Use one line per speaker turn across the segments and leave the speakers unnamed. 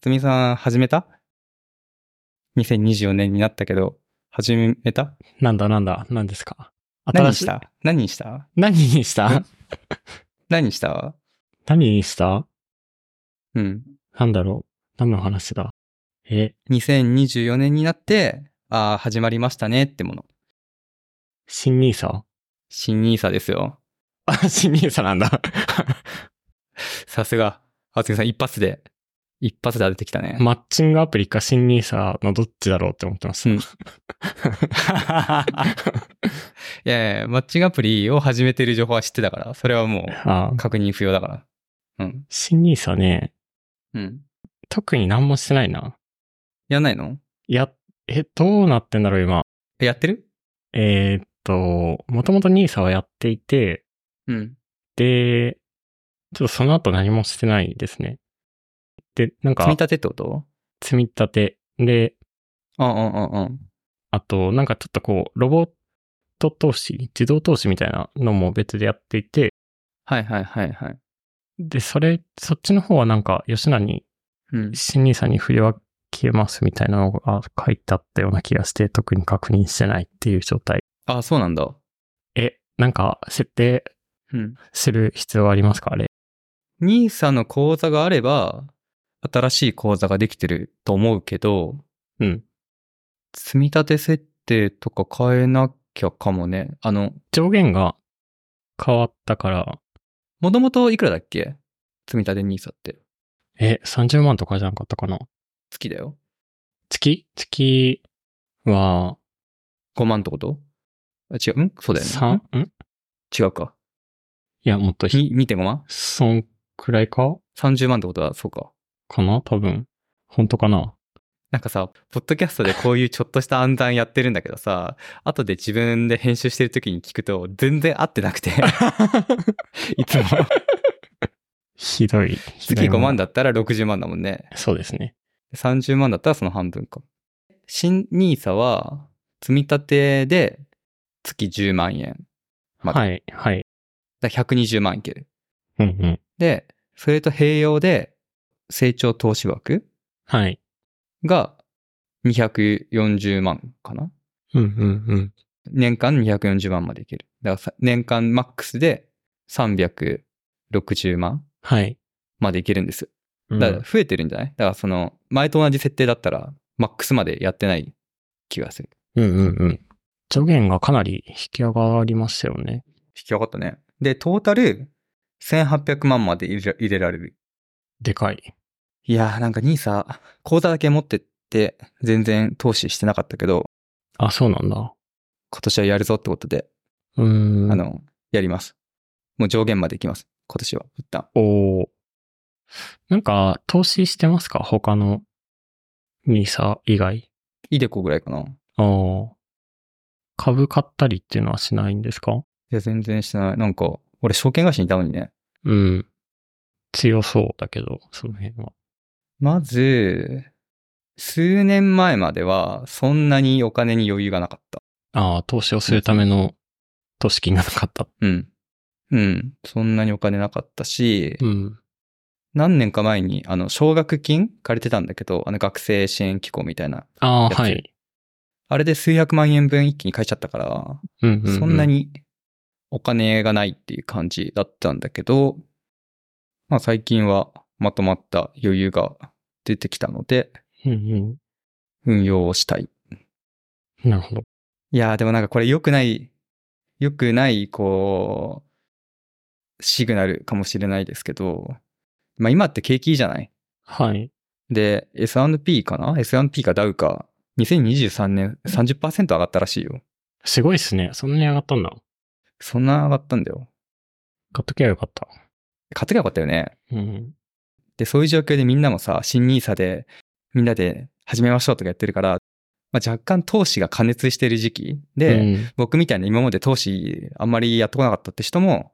つみさん、始めた ?2024 年になったけど、始めた
なんだなんだ、何ですか
何し
い
た何にした
何にした
ん何した
何にした
うん。
なんだろう何の話だえ、
2024年になって、ああ、始まりましたねってもの。
新ニー サ
新ニーサですよ。
あ、新ニーサなんだ。
さすが。あつみさん、一発で、一発で当ててきたね。
マッチングアプリか新ニーサのどっちだろうって思ってました。
うんいやいや、マッチングアプリを始めてる情報は知ってたから、それはも
あ
う確認不要だから。うん。
新ニーサね、
うん。
特に何もしてないな。
やんないの
いや、え、どうなってんだろう今。
やってる
えーっと、もともとニーサはやっていて、
うん。
で、ちょっとその後何もしてないですね。で、なんか
積み、立てってこと
積み立て。で、
うんうんうんうん。
あと、なんかちょっとこう、ロボット投資、自動投資みたいなのも別でやっていて、
はいはいはいはい。
で、それ、そっちの方はなんか、吉野に、
うん。
新兄さんに振り分けますみたいなのが書いてあったような気がして、特に確認してないっていう状態。
あ、そうなんだ。
え、なんか、設定
うん。
する必要はありますかあれ。
ニーサの口座があれば、新しい口座ができてると思うけど、
うん。
積み立て設定とか変えなきゃかもね。あの、
上限が変わったから、
もともといくらだっけ積み立てニーサって。
え、30万とかじゃなかったかな
好きだよ。
月月は、
5万ってことあ違う、んそうだよね。
3?
ん
ん
違うか。
いや、もっとひ、
に2.5万
そんくらいか
?30 万ってことは、そうか。
かな多分。本当 かな
なんかさ、ポッドキャストでこういうちょっとした暗算やってるんだけどさ、後で自分で編集してる時に聞くと、全然合ってなくて、いつも。
ひどい。
月5万
だ。
だったら60万だもんね。
そうですね。
30万だったらその半分か。新ニーサは、積み立てで月10万円。まだ
はい、はい。
だから120万いける。
うんうん。
で、それと併用で、成長投資枠
はい。
が240万かな
うんうんうん。
年間240万までいける。だからさ年間マックスで360万
はい。
までいけるんですよ。
うん
だから増えてるんじゃないだからその前と同じ設定だったらマックスまでやってない気がする。
うんうんうん。上限がかなり引き上がりましたよね。
引き上がったね。で、トータル1800万まで入れ入れられる。
でかい。
いやーなんか兄さん、口座だけ持ってって全然投資してなかったけど、
あ、そうなんだ。
今年はやるぞってことで、
うーん。
あ、の、やります。もう上限までいきます。今年は。一旦。
おーなんか、投資してますか他の、ニーサ以外。
イデコぐらいかな。い
あー株買ったりっていうのはしないんですか
や、全然してない。なんか、俺証券会社にいたのにね。
うん。強そうだけど、その辺は。
まず、数年前までは、そんなにお金に余裕がなかった。
ああ、投資をするための投資金がなかった。
うん。うん。そんなにお金なかったし、
うん。
何年か前に、あの、奨学金借りてたんだけど、あの、学生支援機構みたいな。
ああ、
やっ
は
てる
い。
あれで数百万円分一気に返しちゃったから、
うんうう
そんな。にお金がないっていう感じだったんだけど、まあ最近はまとまった余裕が出てきたので、
うんう
運用をしたい。
ん。なるほど。
いやーでもなんかこれ良くない、良くない、こう、シグナルかもしれないですけど、まあ今って景気いいじゃない
はい。
で、S&P かな ?S&P かダウか、2023年30%上がったらしいよ。
すごいっすね。そんなに上がったんだ。
そんな上がったんだよ。
買っときゃよかった。
買っときゃよかったよね。
うん。
で、そういう状況でみんなもさ、新ニーサで、みんなで始めましょうとかやってるから、まあ、若干投資が過熱してる時期で、
うん、
僕みたいな今まで投資あんまりやってこなかったって人も、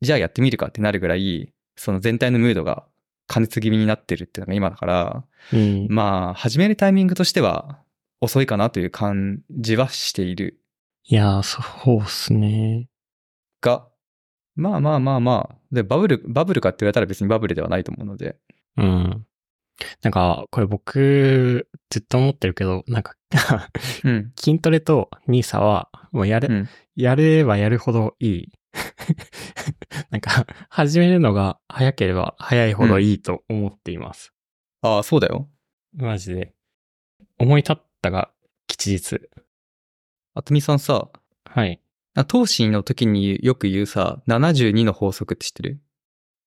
じゃあやってみるかってなるぐらい、その全体のムードが過熱気味になってるっていうのが今だから、
うん。
まあ、始めるタイミングとしては遅いかなという感じはしている
いやー、そうっすね。
が、まあまあまあまあ、で、バブル、バブルかって言われたら別にバブルではないと思うので、
うん。なんか、これ僕、ずっと思ってるけど、なんか、
うん。
筋トレと NISA は、もうやれ、
うん
やればやるほどいい。 なんか、始めるのが早ければ早いほどいいと思っています。
ああ、そうだよ。
マジで。思い立ったが、吉日。
あつみさんさ、
はい。
あ当心の時によく言うさ、72の法則って知ってる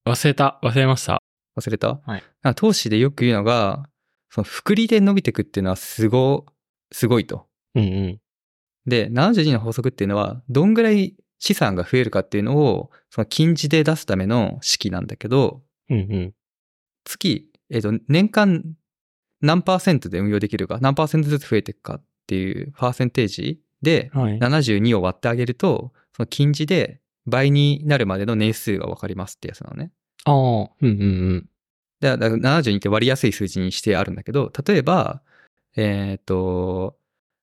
忘れた。忘れました。
忘れた
はい。
あ投資でよく言うのが、その、複利で伸びてくっていうのはすご、すごいと。
うんうん。
で、72の法則っていうのは、どんぐらい資産が増えるかっていうのを、その近似で出すための式なんだけど、
うんうん。
月、えっ、と、年間何パーセントで運用できるか、何パーセントずつ増えていくかっていうパーセンテージで、
はい。
72を割ってあげると、その近似で倍になるまでの年数がわかりますってやつなのね。
ああ、うんうんうん。
だだから72って割りやすい数字にしてあるんだけど、例えば、えっ、と、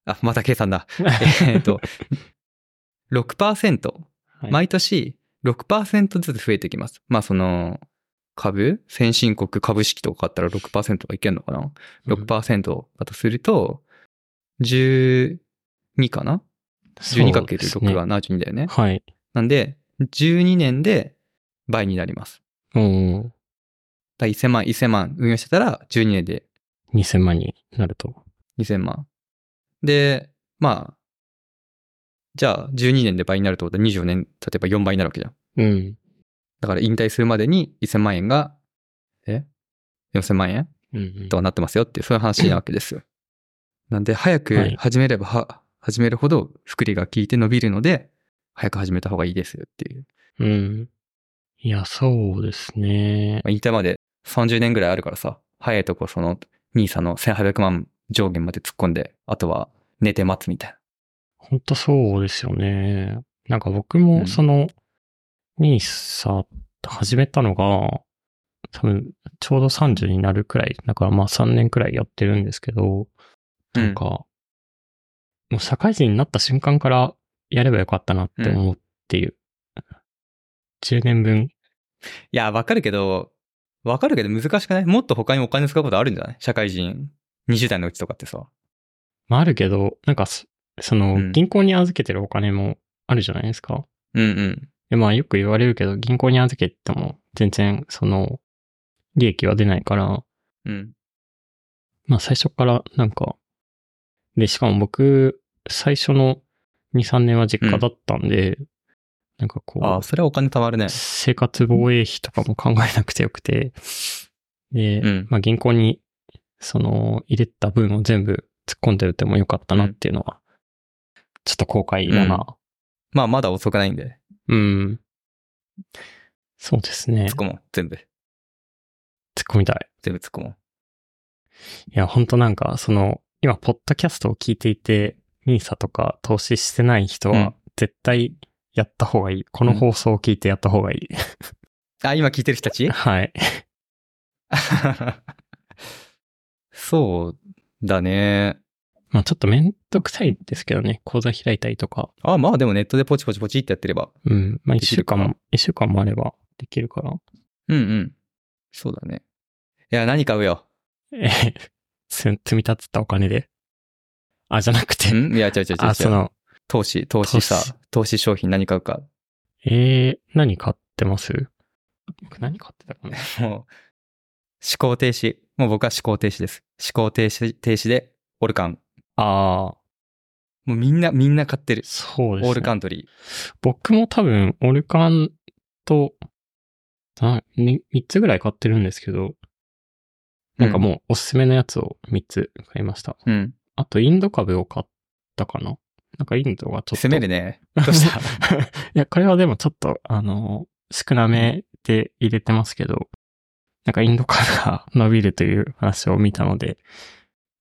あ、また計算だ。 えっと、6%。
はい
毎年6%ずつ増えていきます。まあその株、先進国株式とかあったら6%はいけんのかな
うん
?6% だとすると、12かな
そう
?12×6 が72だよね。
はい。
なんで、12年で倍になります。
うん。
だから1000万、1000万運用してたら12年で
2000万になると。
2000万。で、まあ、じゃあ12年で倍になるってことは24年、例えば4倍になるわけじゃん。
うん。
だから引退するまでに1000万円が、え ?4000 万円
うんうん
とかなってますよっていう、そういう話なわけ ですよ。なんで、早
はい
く始めればは、始めるほど、福利が効いて伸びるので、早く始めた方がいいですよっていう。
うん。いや、そうですね。
まあ引退まで30年ぐらいあるからさ、早いとこその、兄さんの1800万上限まで突っ込んで、あとは寝て待つみたいな。
ほんとそうですよね。なんか僕
うん
も、その、ニーサ始めたのが、多分、ちょうど30になるくらい、だからまあ3年くらいやってるんですけど、
うん
なんか、もう社会人になった瞬間からやればよかったなって思っている。10年分。
いや、わかるけど、わかるけど難しくないもっと他にお金使うことあるんじゃない社会人。20代のうちとかってさ。
まああるけど、なんかそ、その、
うん
銀行に預けてるお金もあるじゃないですか。
うんうん。
で、まあよく言われるけど、銀行に預けても全然その利益は出ないから、
うん。
まあ最初からなんか、で、しかも僕、最初の2、3年は実家だったんで、なんか
あ
こ
あ、それはお金貯まるね
う、。生活防衛費とかも考えなくてよくて、で、
うん
まあ銀行にその入れた分を全部突っ込んでおいてもよかったなっていうのは、ちょっと後悔だな。
まあ、まだ遅くないんで、
うん。そうですね
突っ。込もう。全部。
突っ込みたい。
全部突っ込もう。
いや、ほんとなんか、その、今、ポッドキャストを聞いていて、NISA とか投資してない人
うん
は、絶対やった方がいい。この放送を聞いてやった方がいい。
あ、今聞いてる人たち
はい。
そうだね。
まあちょっとめんどくさいですけどね、講座開いたりとか。
あ、まあでもネットでポチポチポチってやってれば。
うん。まあ
で
一
き
週
るか
間
な
も、一週間もあればできるから。
うんうん。そうだね。いや、何買うよ。
えへつ積み立てたお金で。あ、じゃなくて。
んいや、違う違う違
あ、
う違。
そうの、
投資、投資さ
投資、
投資商品何買うか。
えー、何買ってます僕何買ってたかな
もう、思考停止。もう僕は思考停止です。思考停止、停止で、オルカン。
ああ、
もうみんな、みんな買ってる。
そうですね。
オールカントリー。
僕も多分、オルカンと、な、に3つぐらい買ってるんですけど、なんかもうおすすめのやつを3つ買いました。
うん。うん。
あと、インド株を買ったかななんかインドがちょっと。
攻めるね。どうした
いや、これはでもちょっと、あの、少なめで入れてますけど、なんかインド株が 伸びるという話を見たので、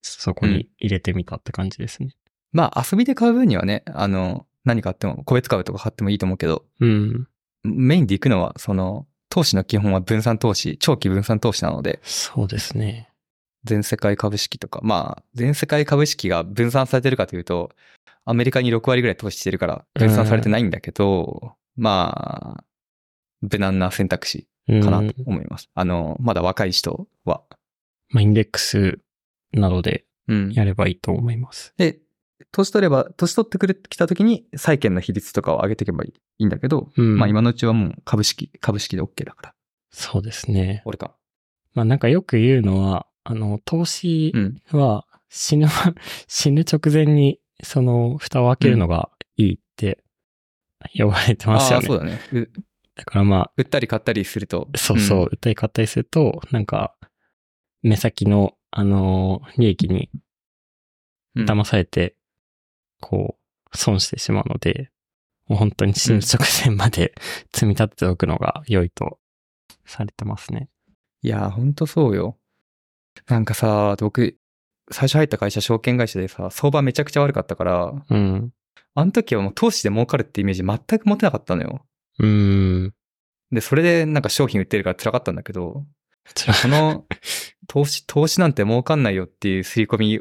そこに入れてみたって感じですね。
まあ遊びで買う分にはね、あの、何買っても、個別株とか買ってもいいと思うけど、
うん。
メインで行くのは、その、投資の基本は分散投資、長期分散投資なので、
そうですね。
全世界株式とか、まあ、全世界株式が分散されてるかというと、アメリカに6割ぐらい投資してるから、分散されてないんだけど、まあ、無難な選択肢
うん
かなと思います。あの、まだ若い人は。
まあ、インデックスなどで
うん。
やればいいと思います。
で、年取れば、年取ってくれきたときに債券の比率とかを上げていけばいいんだけど、
うん。
まあ今のうちはもう株式、株式で OK だから。
そうですね。
俺か。
まあなんかよく言うのは、あの、投資
うん。
は死ぬ、 死ぬ直前にその蓋を開けるのがいいって呼ばれて
ああ
ますよ
ー、
ね。
そうだね。う
だからまあ、
売ったり買ったりすると。
そうそう、歌い方にすると、なんか、目先の、あのー利益に
うん。うん
騙されて、こう、損してしまうので、もう本当に死ぬ直前まで 積み立てておくのが良いとされてますね。
いやー、ほんとそうよ。なんかさ、僕、最初入った会社、証券会社でさ、相場めちゃくちゃ悪かったから、
うん。
あの時はもう投資で儲かるってイメージ全く持てなかったのよ。
うーん。
で、それでなんか商品売ってるから辛かったんだけど、
辛
こ の投資、投資なんて儲かんないよっていう刷り込み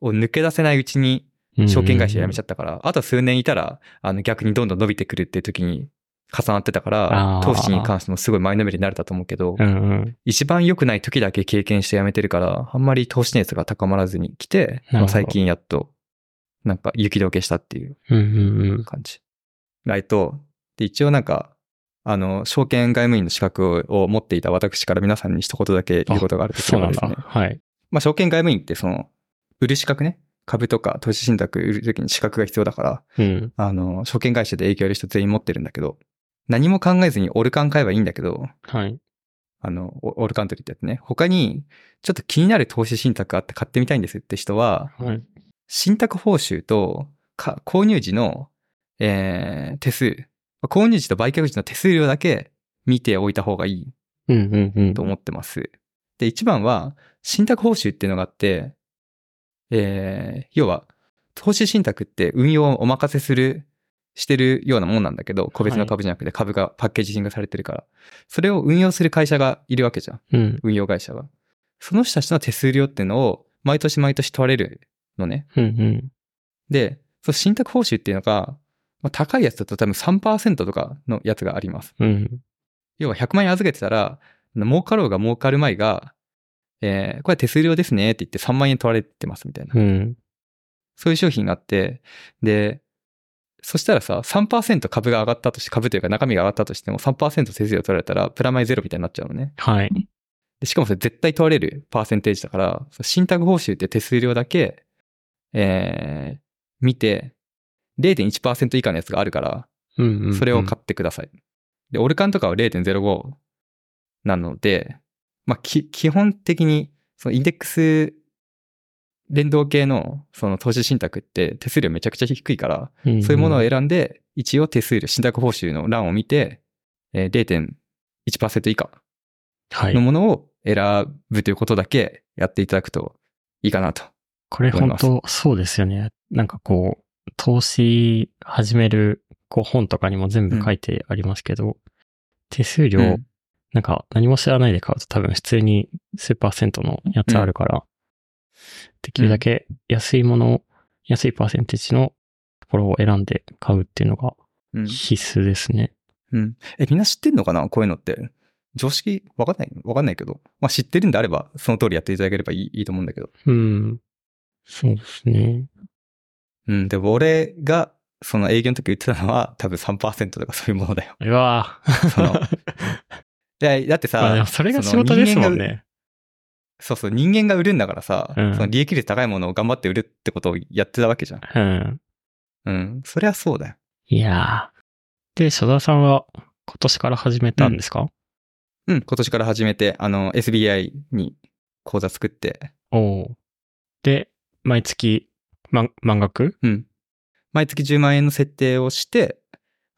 を抜け出せないうちに証券会社辞めちゃ
ゃ
ったから、あと数年いたら、あの逆にどんどん伸びてくるっていう時に重なってたか
あ
ら、
ー
投資に関してもすごい前のめりになれたと思うけど、
うんうん。
一番良くない時だけ経験して辞めてるから、あんまり投資熱が高まらずに来て、
なるほど
まあ最近やっと、なんか雪解けしたっていう
うんうんうん。
感じ。ライト。で、一応なんか、あの、証券外務員の資格を持っていた私から皆さんに一言だけ言うことがあるとす
そ
れ
うな
ば
ん
ですね。
だ。はい。
まあ、証券外務員ってその、売る資格ね。株とか投資信託売るときに資格が必要だから、
うん。
あの、証券会社で影響ある人全員持ってるんだけど、何も考えずにオルカン買えばいいんだけど、
はい。
あの、オオールカントリーってやつね。他に、ちょっと気になる投資信託あって買ってみたいんですって人は、
はい。
信託報酬と、か購入時の、えー手数。購入時と売却時の手数料だけ見ておいた方がいい
うんうんうん。
と思ってます。で、一番は、信託報酬っていうのがあって、えー要は、投資信託って運用をお任せする、してるようなもんなんだけど、個別の株じゃなくて株がパッケージングされてるから、それを運用する会社がいるわけじゃん。
うん。
運用会社が。その人たちの手数料っていうのを、毎年毎年取れるのね。
うんうん。
で、その信託報酬っていうのが、まあ、高いやつだと多分3%とかのやつがあります。
うん。
要は100万円預けてたら、儲かろうが儲かるまいが、えーこれは手数料ですねって言って3万円取られてますみたいな。
うん。
そういう商品があって、で、そしたらさ、3%株が上がったとして、株というか中身が上がったとしても3%手数料取られたら、プラマイゼロみたいになっちゃうのね。
はい。
で、しかもそれ絶対問われるパーセンテージだから、その信託報酬って手数料だけ、えー、見て、0.1%以下のやつがあるから、
うんうんうん。
それを買ってください。で、オルカンとかは0.05なので、まあ、き、基本的に、そのインデックス連動系の、その投資信託って手数料めちゃくちゃ低いから、
うんん
そういうものを選んで、一応手数料、信託報酬の欄を見て、えー0.1%以下
はい
の。ものを選ぶということだけやっていただくといいかなと。
これ
思い
本
ます
当そうですよね。なんかこう、投資始めるこう本とかにも全部書いてありますけど、手数料、
うん
なんか何も知らないで買うと多分普通に数パーセントのやつあるから、できるだけ安いもの、安いパーセンテージのところを選んで買うっていうのが
うん。
必須ですね。
うん。え、みんな知ってんのかなこういうのって。常識わかんないわかんないけど。まあ知ってるんであれば、その通りやっていただければいいいいと思うんだけど。
うん。そうですね。
うん。で、俺が、その営業の時言ってたのは、多分3%とかそういうもの だよ。
うわぁ。
そのでだって
ま
さ
あでも、それが仕事ですもんね。
そうそう、人間が売るんだからさ、
うん
その利益率高いものを頑張って売るってことをやってたわけじゃん。
うん。
うん。そりゃそうだよ。
いやー。で、所沢さんは今年から始めたんですか、
うん。今年から始めて、あの、SBI に口座作って、
おおー。で、毎月、ま、満額
うん。毎月10万円の設定をして、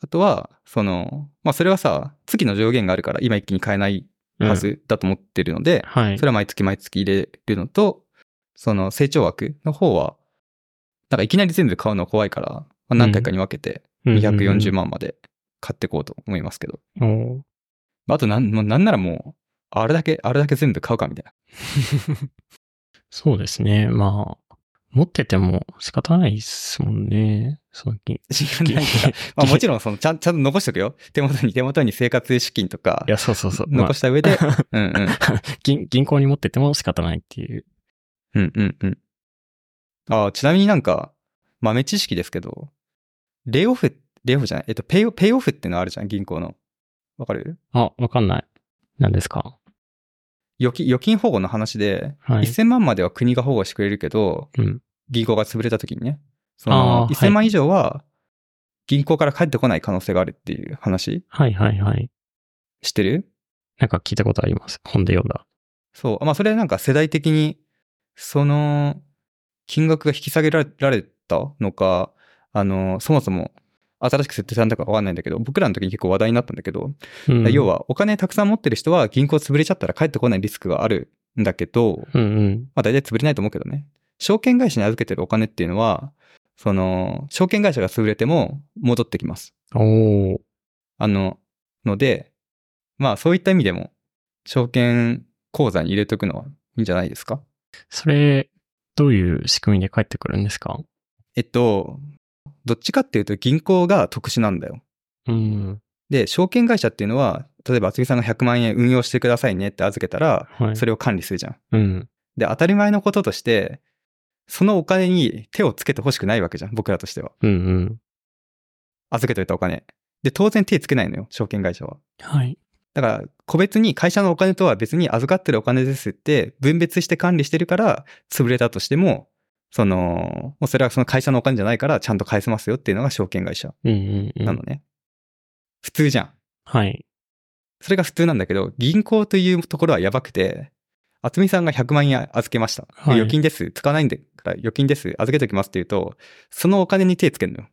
あとは、その、まあそれはさ、月の上限があるから今一気に買えないは
うん
ずだと思ってるので、
はい
そ。れは毎月毎月入れるのと、その成長枠の方は、なんかいきなり全部買うの怖いから、まあ何回かに分けて240万まで買っていこうと思いますけど。
万。お
まああとなん、もうなんならもう、あれだけ、あれだけ全部買うかみたいな。
ーそうですね。まあ、持ってても仕方ないですもんね。その金。
知らないから。まあもちろん、その、ちゃん、ちゃんと残しとくよ。手元に、手元に生活資金とか
い、や、そうそうそう。まあ
残した上 で、うんうん。
銀銀行に持ってても仕方ないっていう。
うんうんうん。ああ、ちなみになんか、豆知識ですけど、レイオフ、レイオフじゃない、えっと、ペイオ、ペイオフってのあるじゃん、銀行の。わかる
あ、わかんない。何ですか
預金、預金保護の話で、
はい。
1000万までは国が保護してくれるけど、
うん
銀行が潰れた時にね、そ
あ
の、
ー
1000万以上は、銀行から返ってこない可能性があるっていう話
はいはいはい。
知ってる
なんか聞いたことあります。本で読んだ。
そう。まあ、それなんか世代的に、その、金額が引き下げられたのか、あの、そもそも、新しく設定されたかわかんないんだけど、僕らの時に結構話題になったんだけど、
うん、
要。はお金たくさん持ってる人は銀行潰れちゃったら帰ってこないリスクがあるんだけど、
うんうん。
まあ大体潰れないと思うけどね。証券会社に預けてるお金っていうのは、その、証券会社が潰れても戻ってきます。
おー。
あの、ので、まあそういった意味でも、証券口座に入れとくのはいいんじゃないですか
それ、どういう仕組みで返ってくるんですか
えっと、どっちかっていうと銀行が特殊なんだよ。
うん。
で、証券会社っていうのは、例えば厚木さんが100万円運用してくださいねって預けたら、
はい。
それを管理するじゃん。
うん。
で、当たり前のこととして、そのお金に手をつけてほしくないわけじゃん、僕らとしては。
うんうん。
預けといたお金。で、当然手つけないのよ、証券会社は。
はい。
だから、個別に会社のお金とは別に預かってるお金ですって分別して管理してるから、潰れたとしても、その、もうそれはその会社のお金じゃないから、ちゃんと返せますよっていうのが証券会社
うんうんうん。
なのね。普通じゃん。
はい。
それが普通なんだけど、銀行というところはやばくて、渥美さんが100万円預けました。で
はい
預金です。使わないんだから預金です。預けときますって言うと、そのお金に手つける のよ。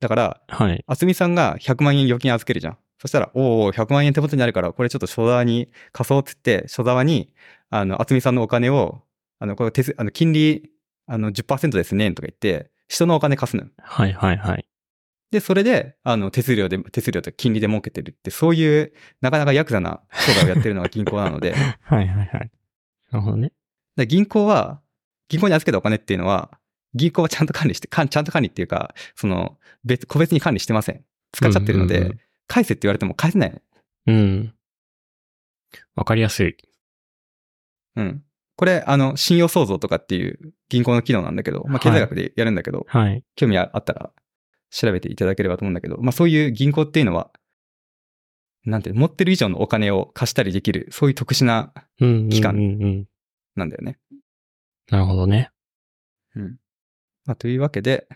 だから、
はい。
渥美さんが100万円預金預けるじゃん。そしたら、おお、100万円手元にあるから、これちょっと所沢に貸そうっつって、所沢に、あの、渥美さんのお金を、あの、これ手数、あの、金利、あの、10%ですね、とか言って、人のお金貸すのよ。
はいはいはい。
で、それで、あの、手数料で、手数料とか金利で儲けてるって、そういう、なかなかヤクザな商売をやってるのが銀行な ので、
はいはいはい。なるほどね。
で銀行は、銀行に預けたお金っていうのは、銀行はちゃんと管理して、かんちゃんと管理っていうか、その、別、個別に管理してません。使っちゃってるので、
うんうんうん
返せって言われても返せない。
うん。わかりやすい。
うん。これ、あの、信用創造とかっていう銀行の機能なんだけど、まあ、経済学でやるんだけど、
はい。
興味あったら調べていただければと思うんだけど、まあ、そういう銀行っていうのは、なんて、持ってる以上のお金を貸したりできる、そういう特殊な、
うんうんうん、うん。
期間なんだよね。
なるほどね。
まあ、というわけで、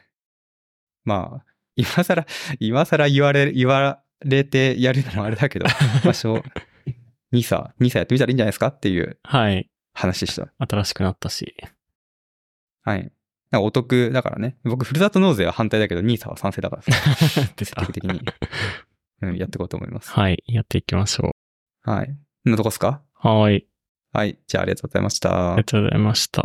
まあ、今更、今更言われ、言われてやるのもあれだけど、まあ、しょう、2歳、2歳やってみたらいいんじゃないですかっていう
はい。
話でした。
新しくなったし。
はい。なんかお得だからね。僕、ふるさと納税は反対だけど、ニーサは賛成だからさ、
で
積極的に、うん、やっていこうと思います。
はい。やっていきましょ
はい。のとこっすか
う。はい。
はい。じゃあ、ありがとうございました
ありが。とうございました。